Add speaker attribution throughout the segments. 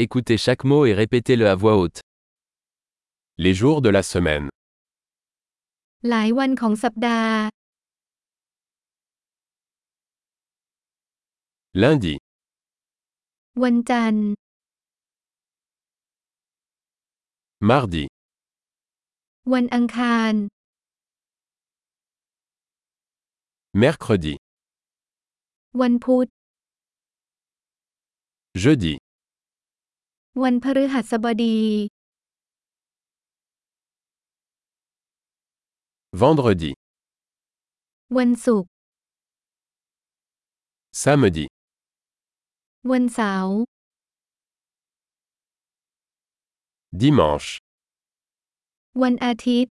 Speaker 1: Écoutez chaque mot et répétez-le à voix haute.
Speaker 2: Les jours de la semaine.
Speaker 3: หลายวันของสัปดาห์
Speaker 2: Lundi,
Speaker 3: วันจันทร์
Speaker 2: mardi,
Speaker 3: วันอังคาร
Speaker 2: mercredi,
Speaker 3: วันพุธ
Speaker 2: jeudi,
Speaker 3: วันพฤหัสบดี
Speaker 2: vendredi,
Speaker 3: วันศุกร์
Speaker 2: samedi,
Speaker 3: วันเสาร์
Speaker 2: dimanche,
Speaker 3: วันอาทิตย์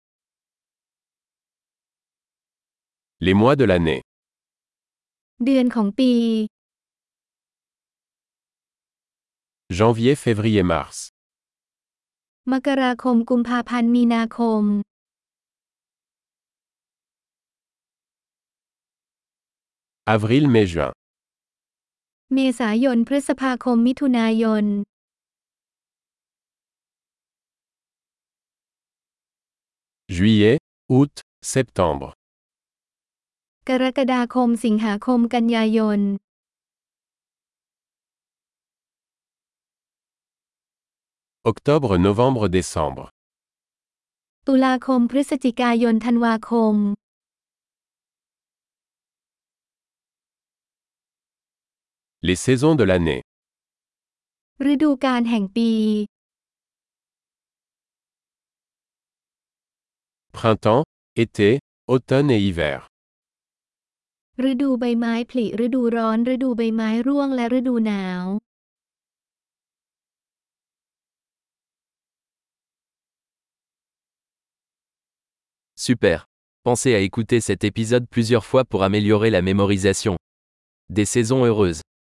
Speaker 2: les mois de l'année.
Speaker 3: เดือนของปี
Speaker 2: Janvier, février, mars.
Speaker 3: มกราคมกุมภาพันธ์มีนาคม
Speaker 2: Avril, mai, juin.
Speaker 3: เมษายนพฤษภาคมมิถุนายน
Speaker 2: Juillet, août, septembre.
Speaker 3: กรกฎาคมสิงหาคมกันยายน
Speaker 2: Octobre, novembre, décembre.
Speaker 3: ตุลาคมพฤศจิกายนธันวาคม
Speaker 2: Les saisons de l'année.
Speaker 3: ฤดูกาลแห่งปี
Speaker 2: Printemps, été, automne et hiver.
Speaker 3: ฤดูใบไม้ผลิฤดูร้อน ฤดูใบไม้ร่วงและฤดูหนาว
Speaker 1: Super. Pensez à écouter cet épisode plusieurs fois pour améliorer la mémorisation. Des saisons heureuses.